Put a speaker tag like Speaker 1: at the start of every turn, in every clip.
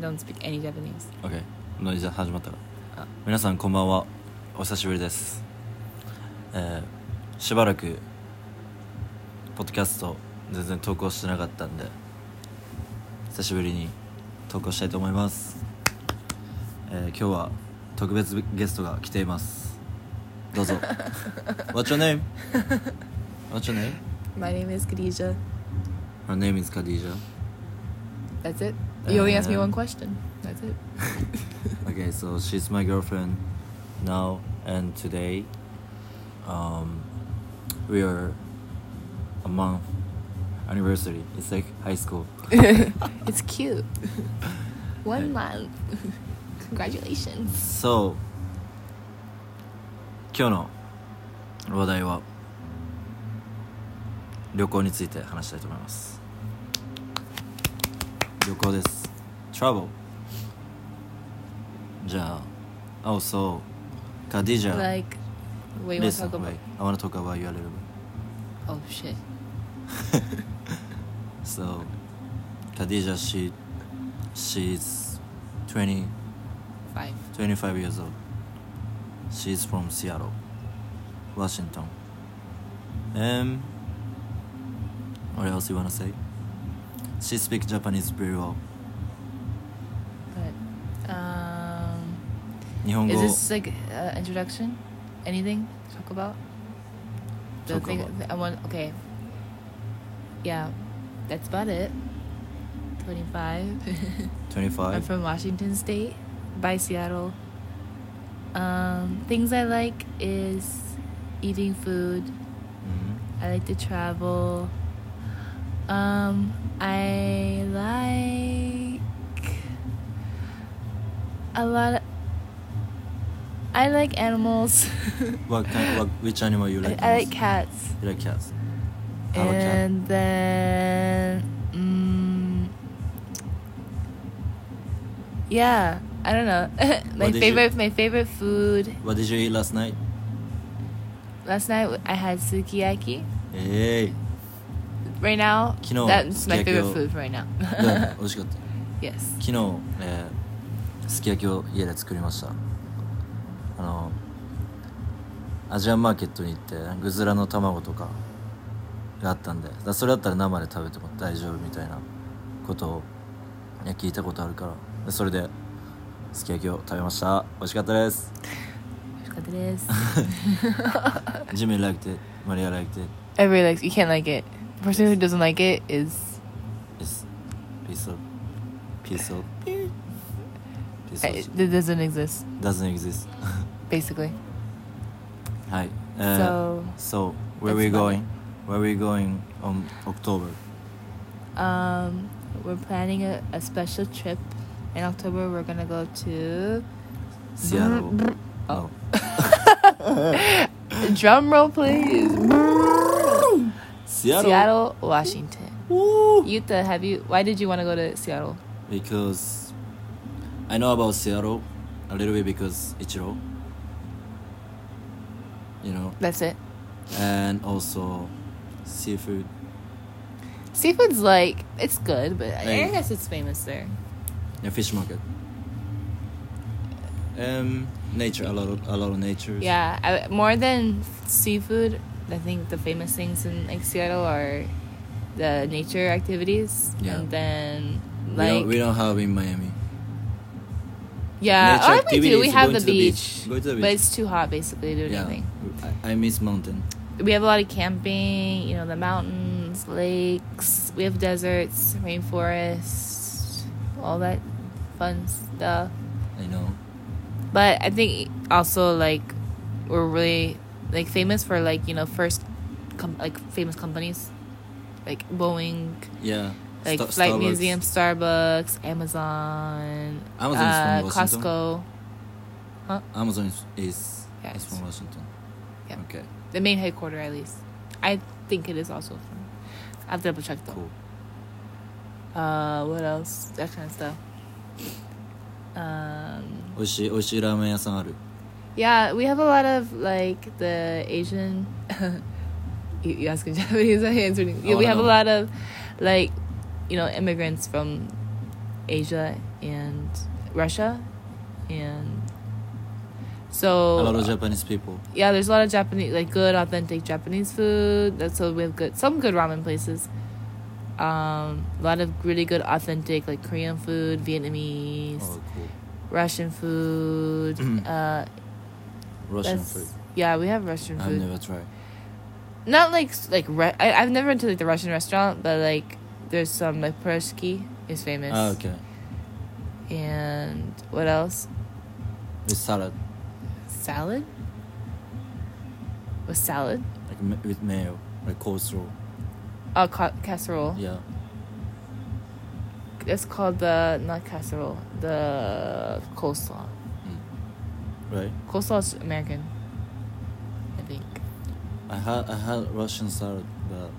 Speaker 1: don't speak any Japanese.
Speaker 2: OK ノイズ始まったか
Speaker 1: あ
Speaker 2: 皆さんこんばんはお久しぶりですえーしばらくポッドキャスト全然投稿してなかったんで久しぶりに投稿したいと思います、えー今日は特別ゲストが来ていますどうぞ What's your name? What's your name?
Speaker 1: My name is Khadija.
Speaker 2: Her name is Khadija
Speaker 1: That's it. Uh-huh. You only asked me
Speaker 2: Um,
Speaker 1: one question. That's it.
Speaker 2: Okay, so she's my girlfriend now, and today, um, we are a month anniversary. It's like high school.
Speaker 1: it's cute.
Speaker 2: Hey.
Speaker 1: One month. Congratulations.
Speaker 2: So, 今日の話題は旅行について話したいと思います。旅行です。Travel。じゃあ、oh so, Khadija.
Speaker 1: Like, wait, we'll
Speaker 2: Listen,
Speaker 1: talk about.
Speaker 2: wait. I want to talk about you a little
Speaker 1: Oh shit.
Speaker 2: bit. so, Khadija, she, she's 20,
Speaker 1: Five.
Speaker 2: 25 years old. She's from Seattle, Washington. Um, what else you want to say? She speaks Japanese very well.
Speaker 1: But, um,
Speaker 2: 日本語
Speaker 1: is this like uh, introduction? Anything to talk about? The
Speaker 2: Talk
Speaker 1: thing
Speaker 2: about.
Speaker 1: th- I want. Okay. Yeah, that's about it. Twenty-five. I'm
Speaker 2: 25.
Speaker 1: from Washington State, by Seattle. Um, things I like is eating food.
Speaker 2: Mhm.
Speaker 1: I like to travel. Um, I like a lot. Of, I like animals.
Speaker 2: What kind, what, which animal you like? the
Speaker 1: I, I
Speaker 2: most?
Speaker 1: like cats.
Speaker 2: You like cats? I have a cat.
Speaker 1: And then, mm, yeah, I don't know. my
Speaker 2: What did you-
Speaker 1: favorite, my favorite food.
Speaker 2: What did you eat last night?
Speaker 1: Last night I had sukiyaki.
Speaker 2: Hey.
Speaker 1: Right now,
Speaker 2: Kino,
Speaker 1: that's my
Speaker 2: sukiyaki
Speaker 1: favorite
Speaker 2: を
Speaker 1: food right now.
Speaker 2: で美味しかった
Speaker 1: yes.
Speaker 2: 昨日、えーすき焼きを家で作りましたあのアジアンマーケットに行ってぐずらの卵とかがあったんでだからそれだったら生で食べても大丈夫みたいなことを、ね、聞いたことあるからでそれですき焼きを食べました美味しかったです
Speaker 1: I
Speaker 2: ジミー liked it マリア liked it
Speaker 1: really like. You can't like it. The person who doesn't like it is.
Speaker 2: it's piece of piece of piece of
Speaker 1: It, it doesn't exist,
Speaker 2: doesn't exist
Speaker 1: basically.
Speaker 2: はい、えー Uh, so, where we
Speaker 1: That's funny.
Speaker 2: going? Where we going on October?
Speaker 1: Um, we're planning a, a special trip in October. We're gonna go to
Speaker 2: Seattle.
Speaker 1: Oh.
Speaker 2: No.
Speaker 1: drum roll, please.
Speaker 2: Seattle.
Speaker 1: Seattle, Washington.
Speaker 2: Woo!
Speaker 1: Yuta, have you? Why did you want to go to Seattle?
Speaker 2: Because I know about Seattle a little bit because Ichiro. You know,
Speaker 1: That's it.
Speaker 2: and also seafood.
Speaker 1: Seafood's like it's good, but I
Speaker 2: Hey.
Speaker 1: guess it's famous there.
Speaker 2: Yeah, fish market. Um, nature. A lot of a lot of nature.
Speaker 1: Yeah, I, more than seafood, I think the famous things in like Seattle are the nature activities,
Speaker 2: Yeah.
Speaker 1: and then
Speaker 2: We
Speaker 1: like
Speaker 2: don't, we don't have in Miami.
Speaker 1: yeah,
Speaker 2: nature
Speaker 1: oh, we do. We
Speaker 2: activities,
Speaker 1: have
Speaker 2: going
Speaker 1: the
Speaker 2: to the
Speaker 1: beach,
Speaker 2: beach. Go to the
Speaker 1: but
Speaker 2: beach.
Speaker 1: it's too hot basically to do
Speaker 2: yeah,
Speaker 1: anything.
Speaker 2: I, I miss mountain.
Speaker 1: We have a lot of camping, you know, the mountains, lakes. We have deserts, rainforests, all that fun stuff.
Speaker 2: I know.
Speaker 1: But I think also like we're really like famous for like you know first com- like famous companies like Boeing,
Speaker 2: Yeah.
Speaker 1: like
Speaker 2: Sta-
Speaker 1: Flight
Speaker 2: Starbucks.
Speaker 1: Museum, Starbucks, Amazon,
Speaker 2: Amazon's
Speaker 1: uh,
Speaker 2: from Washington.
Speaker 1: Costco.
Speaker 2: Amazon is is,
Speaker 1: Yeah,
Speaker 2: is
Speaker 1: it's-
Speaker 2: from Washington.
Speaker 1: Yeah.
Speaker 2: Okay.
Speaker 1: The main headquarter, at least. I think it is also from. I've double checked though.
Speaker 2: Cool.
Speaker 1: Uh, what else? That kind of stuff. Um,
Speaker 2: 美味しい美味しいラーメン屋さんある。
Speaker 1: yeah, we have a lot of like the Asian. you, you asking Japanese, I answered.
Speaker 2: I
Speaker 1: Yeah, we
Speaker 2: wanna
Speaker 1: have a
Speaker 2: know.
Speaker 1: lot of like, you know, immigrants from Asia and Russia, and so
Speaker 2: a lot of Japanese people.
Speaker 1: yeah, there's a lot of Japanese, like good authentic Japanese food. That's so we have good some good ramen places. Um, a lot of really good authentic like Korean food, Vietnamese,
Speaker 2: Oh, Mm-hmm. cool.
Speaker 1: Russian food. uh,
Speaker 2: Russian
Speaker 1: that's-
Speaker 2: food.
Speaker 1: Yeah, we have Russian
Speaker 2: I've
Speaker 1: food.
Speaker 2: never tried.
Speaker 1: Not like s- like re- I I've never been to like the Russian restaurant, but like there's some like Persky is famous.
Speaker 2: Ah, okay.
Speaker 1: And what else?
Speaker 2: With salad,
Speaker 1: Salad. With salad,
Speaker 2: like ma- with mayo, like coleslaw.
Speaker 1: oh ca- casserole.
Speaker 2: Yeah.
Speaker 1: It's called the not casserole, the coleslaw.
Speaker 2: Mm. Right.
Speaker 1: Coleslaw is American, I think.
Speaker 2: I had I had Russian salad, but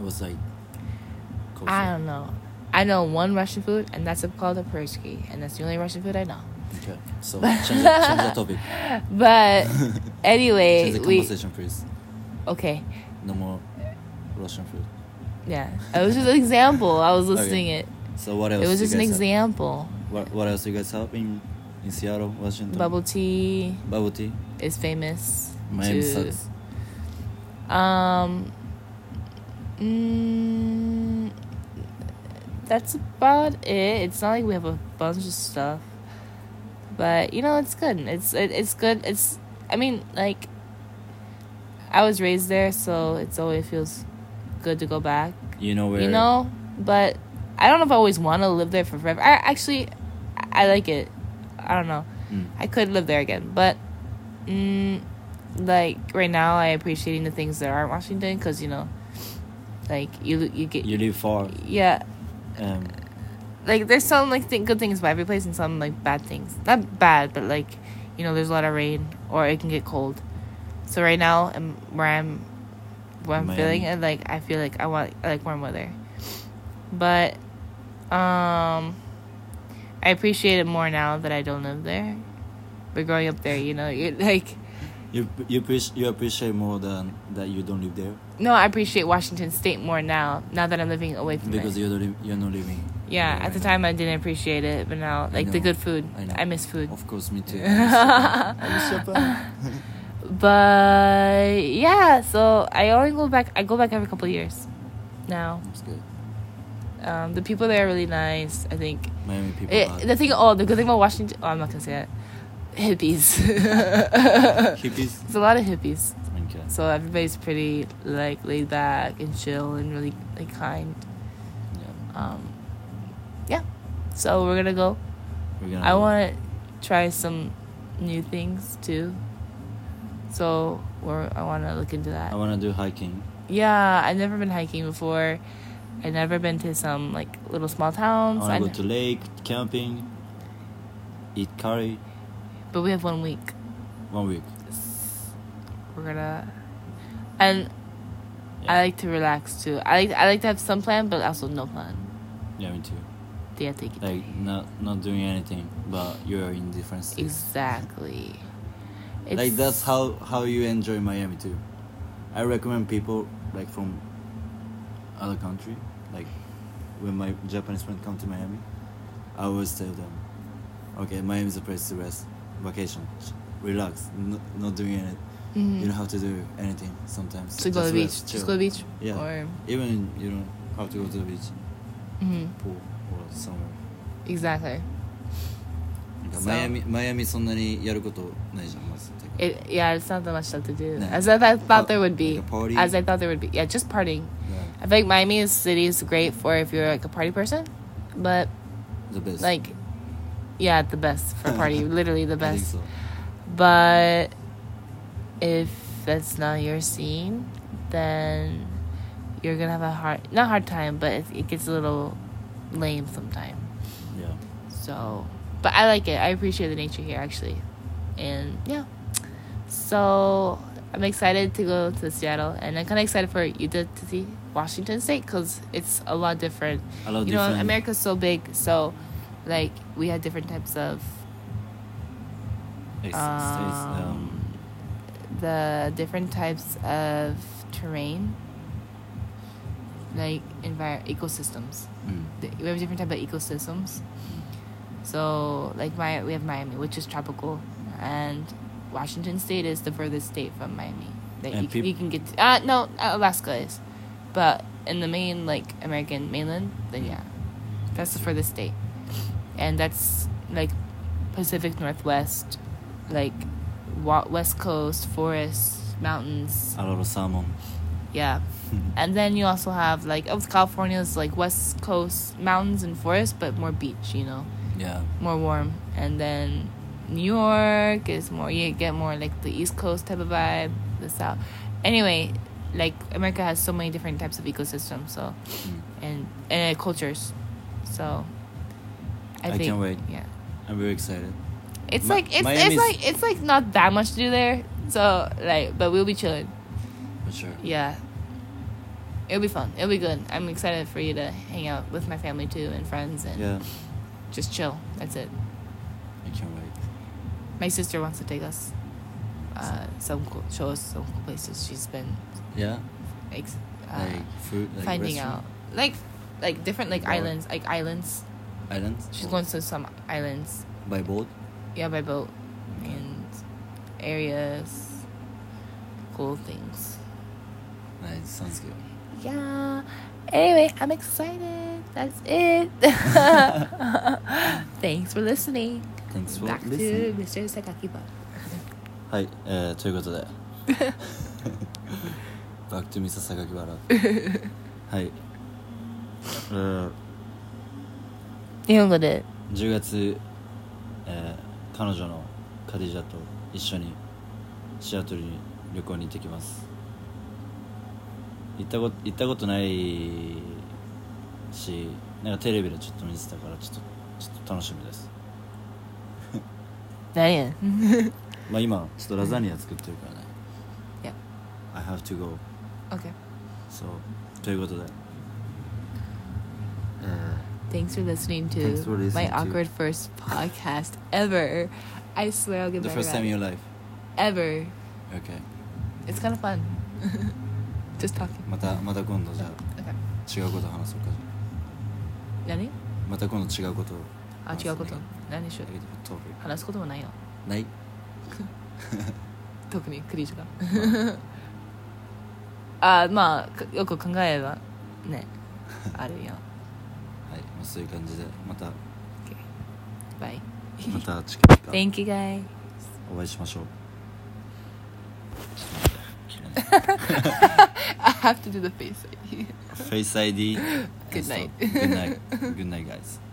Speaker 2: it was like. Coleslaw.
Speaker 1: I don't know. I know one Russian food, and that's called a persky, and that's the only Russian food I know.
Speaker 2: Okay. So change the, change the topic.
Speaker 1: But anyway,
Speaker 2: change the
Speaker 1: we
Speaker 2: conversation, please.
Speaker 1: okay,
Speaker 2: No more Russian food.
Speaker 1: yeah. It was just an example. I was
Speaker 2: Okay.
Speaker 1: listing it.
Speaker 2: So what else?
Speaker 1: It was
Speaker 2: you
Speaker 1: just an
Speaker 2: guys have?
Speaker 1: example.
Speaker 2: What, what else you guys have in, in Seattle, Washington?
Speaker 1: Bubble tea
Speaker 2: Bubble tea.
Speaker 1: is famous. too.
Speaker 2: Miami sucks.
Speaker 1: Um, mm, that's about it. It's not like we have a bunch of stuff, but you know, it's good. It's it, it's good. It's I mean, like I was raised there, so it's always feels good to go back.
Speaker 2: You know where?
Speaker 1: You know, but I don't know if I always want to live there for forever. I actually, I I like it. I don't know.
Speaker 2: Mm.
Speaker 1: I could live there again, but mm, like right now, I appreciating the things that are in Washington because you know, like you you get
Speaker 2: You live far.
Speaker 1: yeah,
Speaker 2: Um,
Speaker 1: like there's some like th- good things about every place and some like bad things. Not bad, but like you know, there's a lot of rain or it can get cold. So right now, I'm where I'm where I'm
Speaker 2: Miami.
Speaker 1: feeling and like I feel like I want I like warm weather, but um, I appreciate it more now that I don't live there. But growing up there, you know, you're like.
Speaker 2: you you appreciate you appreciate more than that you don't live there
Speaker 1: No, I appreciate Washington State more now. Now that I'm living away from
Speaker 2: because
Speaker 1: it.
Speaker 2: you're li- you're not living.
Speaker 1: yeah,
Speaker 2: there
Speaker 1: at the
Speaker 2: right
Speaker 1: time I didn't appreciate it, but now like the
Speaker 2: know.
Speaker 1: good food.
Speaker 2: I know.
Speaker 1: I, miss food.
Speaker 2: now. Of course, me too. I miss Japan. I miss Japan.
Speaker 1: But yeah, so I only go back. I go back every couple of years. Now,
Speaker 2: That's good.
Speaker 1: um, the people there are really nice. I think
Speaker 2: Miami people.
Speaker 1: it,
Speaker 2: are
Speaker 1: the thing. Oh, the good thing about Washington. Oh, I'm not gonna say that. Hippies.
Speaker 2: hippies.
Speaker 1: It's a lot of hippies.
Speaker 2: Okay.
Speaker 1: So everybody's pretty like laid back and chill and really like kind.
Speaker 2: Yeah.
Speaker 1: Um, yeah. So we're gonna go.
Speaker 2: We're gonna
Speaker 1: I
Speaker 2: go.
Speaker 1: want to try some new things too. So we're, I want to look into that.
Speaker 2: I want to do hiking.
Speaker 1: yeah, I've never been hiking before. I've never been to some like little small
Speaker 2: Oh, I
Speaker 1: towns.
Speaker 2: want to
Speaker 1: I-
Speaker 2: go to lake camping. Eat curry.
Speaker 1: but we have one week.
Speaker 2: One week.
Speaker 1: We're gonna and I
Speaker 2: Yeah.
Speaker 1: like to relax too. I like I like to have some plan, but also no plan.
Speaker 2: Yeah, me too.
Speaker 1: Yeah, take it.
Speaker 2: Like not not doing anything, but you're in different states.
Speaker 1: Exactly.
Speaker 2: like that's how how you enjoy Miami too. I recommend people like from other country, like when my Japanese friend come to Miami, I always tell them, okay, Miami's a place to rest, vacation, relax, no, not doing anything.
Speaker 1: Mhm.
Speaker 2: You don't have to do anything sometimes.
Speaker 1: So go to the beach.
Speaker 2: rest,
Speaker 1: Just go
Speaker 2: chill.
Speaker 1: to the beach.
Speaker 2: Yeah.
Speaker 1: Or
Speaker 2: Even you don't have to go to the beach,
Speaker 1: mhm.
Speaker 2: pool or somewhere.
Speaker 1: exactly.
Speaker 2: なんか
Speaker 1: So-
Speaker 2: マイアミマイアミそんなにやることないじゃんまずてか
Speaker 1: It yeah, it's not that much stuff to do.
Speaker 2: No.
Speaker 1: As I, I
Speaker 2: Well,
Speaker 1: thought there would be.
Speaker 2: like a party?
Speaker 1: As I thought there would be. Yeah, just partying.
Speaker 2: Yeah,
Speaker 1: I think Miami is city is great for if you're like a party person, but
Speaker 2: the best
Speaker 1: like, yeah, the best for party. literally the
Speaker 2: I think
Speaker 1: best.
Speaker 2: so.
Speaker 1: But if that's not your scene, then you're gonna have a hard not hard time, but it, it gets a little lame sometimes.
Speaker 2: Yeah.
Speaker 1: So, but I like it. I appreciate the nature here actually, and yeah. So I'm excited to go to Seattle, and I'm kind of excited for you to, to see Washington State because it's a lot different.
Speaker 2: A lot
Speaker 1: you know,
Speaker 2: different.
Speaker 1: America's so big, so like we had different types of
Speaker 2: It's- it's, um,
Speaker 1: um, the different types of terrain. like envir- ecosystems.
Speaker 2: うん、
Speaker 1: The- We have different type of ecosystems. So like my we have Miami, which is tropical, and Washington State is the furthest state from Miami that
Speaker 2: And
Speaker 1: you, c-
Speaker 2: peop-
Speaker 1: you can get. To, uh no, uh, Alaska is, but in the main like American mainland, then yeah, that's the furthest state, and that's like Pacific Northwest, like wa- West Coast forests, mountains,
Speaker 2: アロロサーモン
Speaker 1: yeah. And then you also have like of California's like West Coast mountains and forests, but more beach, you know,
Speaker 2: yeah
Speaker 1: more warm. And then New York is more you get more like the East Coast type of vibe, the South. Anyway, like America has so many different types of ecosystems, so
Speaker 2: うん
Speaker 1: and and uh, cultures, so. I,
Speaker 2: I
Speaker 1: think,
Speaker 2: can't wait.
Speaker 1: Yeah,
Speaker 2: I'm very excited
Speaker 1: it's
Speaker 2: Mi-
Speaker 1: like it's
Speaker 2: Miami's-
Speaker 1: it's like it's like not that much to do there, so like, but we'll be chilling.
Speaker 2: for sure
Speaker 1: Yeah. It'll be fun. It'll be good. I'm excited for you to hang out with my family too and friends and
Speaker 2: yeah
Speaker 1: just chill. That's it.
Speaker 2: I can't wait
Speaker 1: My sister wants to take us. Uh, some cool, show us some cool places she's been
Speaker 2: yeah
Speaker 1: ex- uh,
Speaker 2: like food like
Speaker 1: finding
Speaker 2: restaurant?
Speaker 1: out, like like different like
Speaker 2: Or-
Speaker 1: islands, like islands.
Speaker 2: islands
Speaker 1: She's going
Speaker 2: Or
Speaker 1: to some islands,
Speaker 2: by boat
Speaker 1: yeah, by boat
Speaker 2: Okay.
Speaker 1: and areas, cool things.
Speaker 2: nice sounds good
Speaker 1: Yeah. Anyway, I'm excited. That's it. Thanks for listening.
Speaker 2: thanks for
Speaker 1: Back to
Speaker 2: listening
Speaker 1: Mr. Sakakiba.
Speaker 2: はい、えー、ということでバックトゥミサ榊原はい、えー、
Speaker 1: 日本語で。
Speaker 2: 10月、えー彼女のカディジャと一緒にシアトルに旅行に行ってきます行ったこと行ったことないしなんかテレビでちょっと見てたからちょっとちょっと楽しみです
Speaker 1: 何や。
Speaker 2: まあ今ちょっとラザニア作ってるからね
Speaker 1: Yeah.
Speaker 2: I have to go
Speaker 1: Okay.
Speaker 2: So, ということで。
Speaker 1: Thanks for listening to
Speaker 2: Thanks for listening
Speaker 1: my
Speaker 2: to-
Speaker 1: awkward first podcast ever. I swear I'll get
Speaker 2: the
Speaker 1: better
Speaker 2: first
Speaker 1: at
Speaker 2: time in
Speaker 1: it.
Speaker 2: your life.
Speaker 1: ever.
Speaker 2: Okay.
Speaker 1: It's kind of fun. Just talking.
Speaker 2: また、また今度じゃ
Speaker 1: Okay.
Speaker 2: あ、違うこと話そうか。
Speaker 1: 何
Speaker 2: また今度違うことを
Speaker 1: あ、
Speaker 2: 話
Speaker 1: 違
Speaker 2: そううね
Speaker 1: こと。何でしょう
Speaker 2: Negative topic
Speaker 1: 話すこともないの。
Speaker 2: ない
Speaker 1: 特にクリーチが。 あまあよく考えれば ねあるよ
Speaker 2: はい、まあ、そういう感じで、また、ま
Speaker 1: OK Bye
Speaker 2: た近々
Speaker 1: Thank you guys
Speaker 2: お会いし ましょう。
Speaker 1: I have to do the face
Speaker 2: Face ID. and
Speaker 1: Good night.
Speaker 2: stuff. Good night. Good night, guys.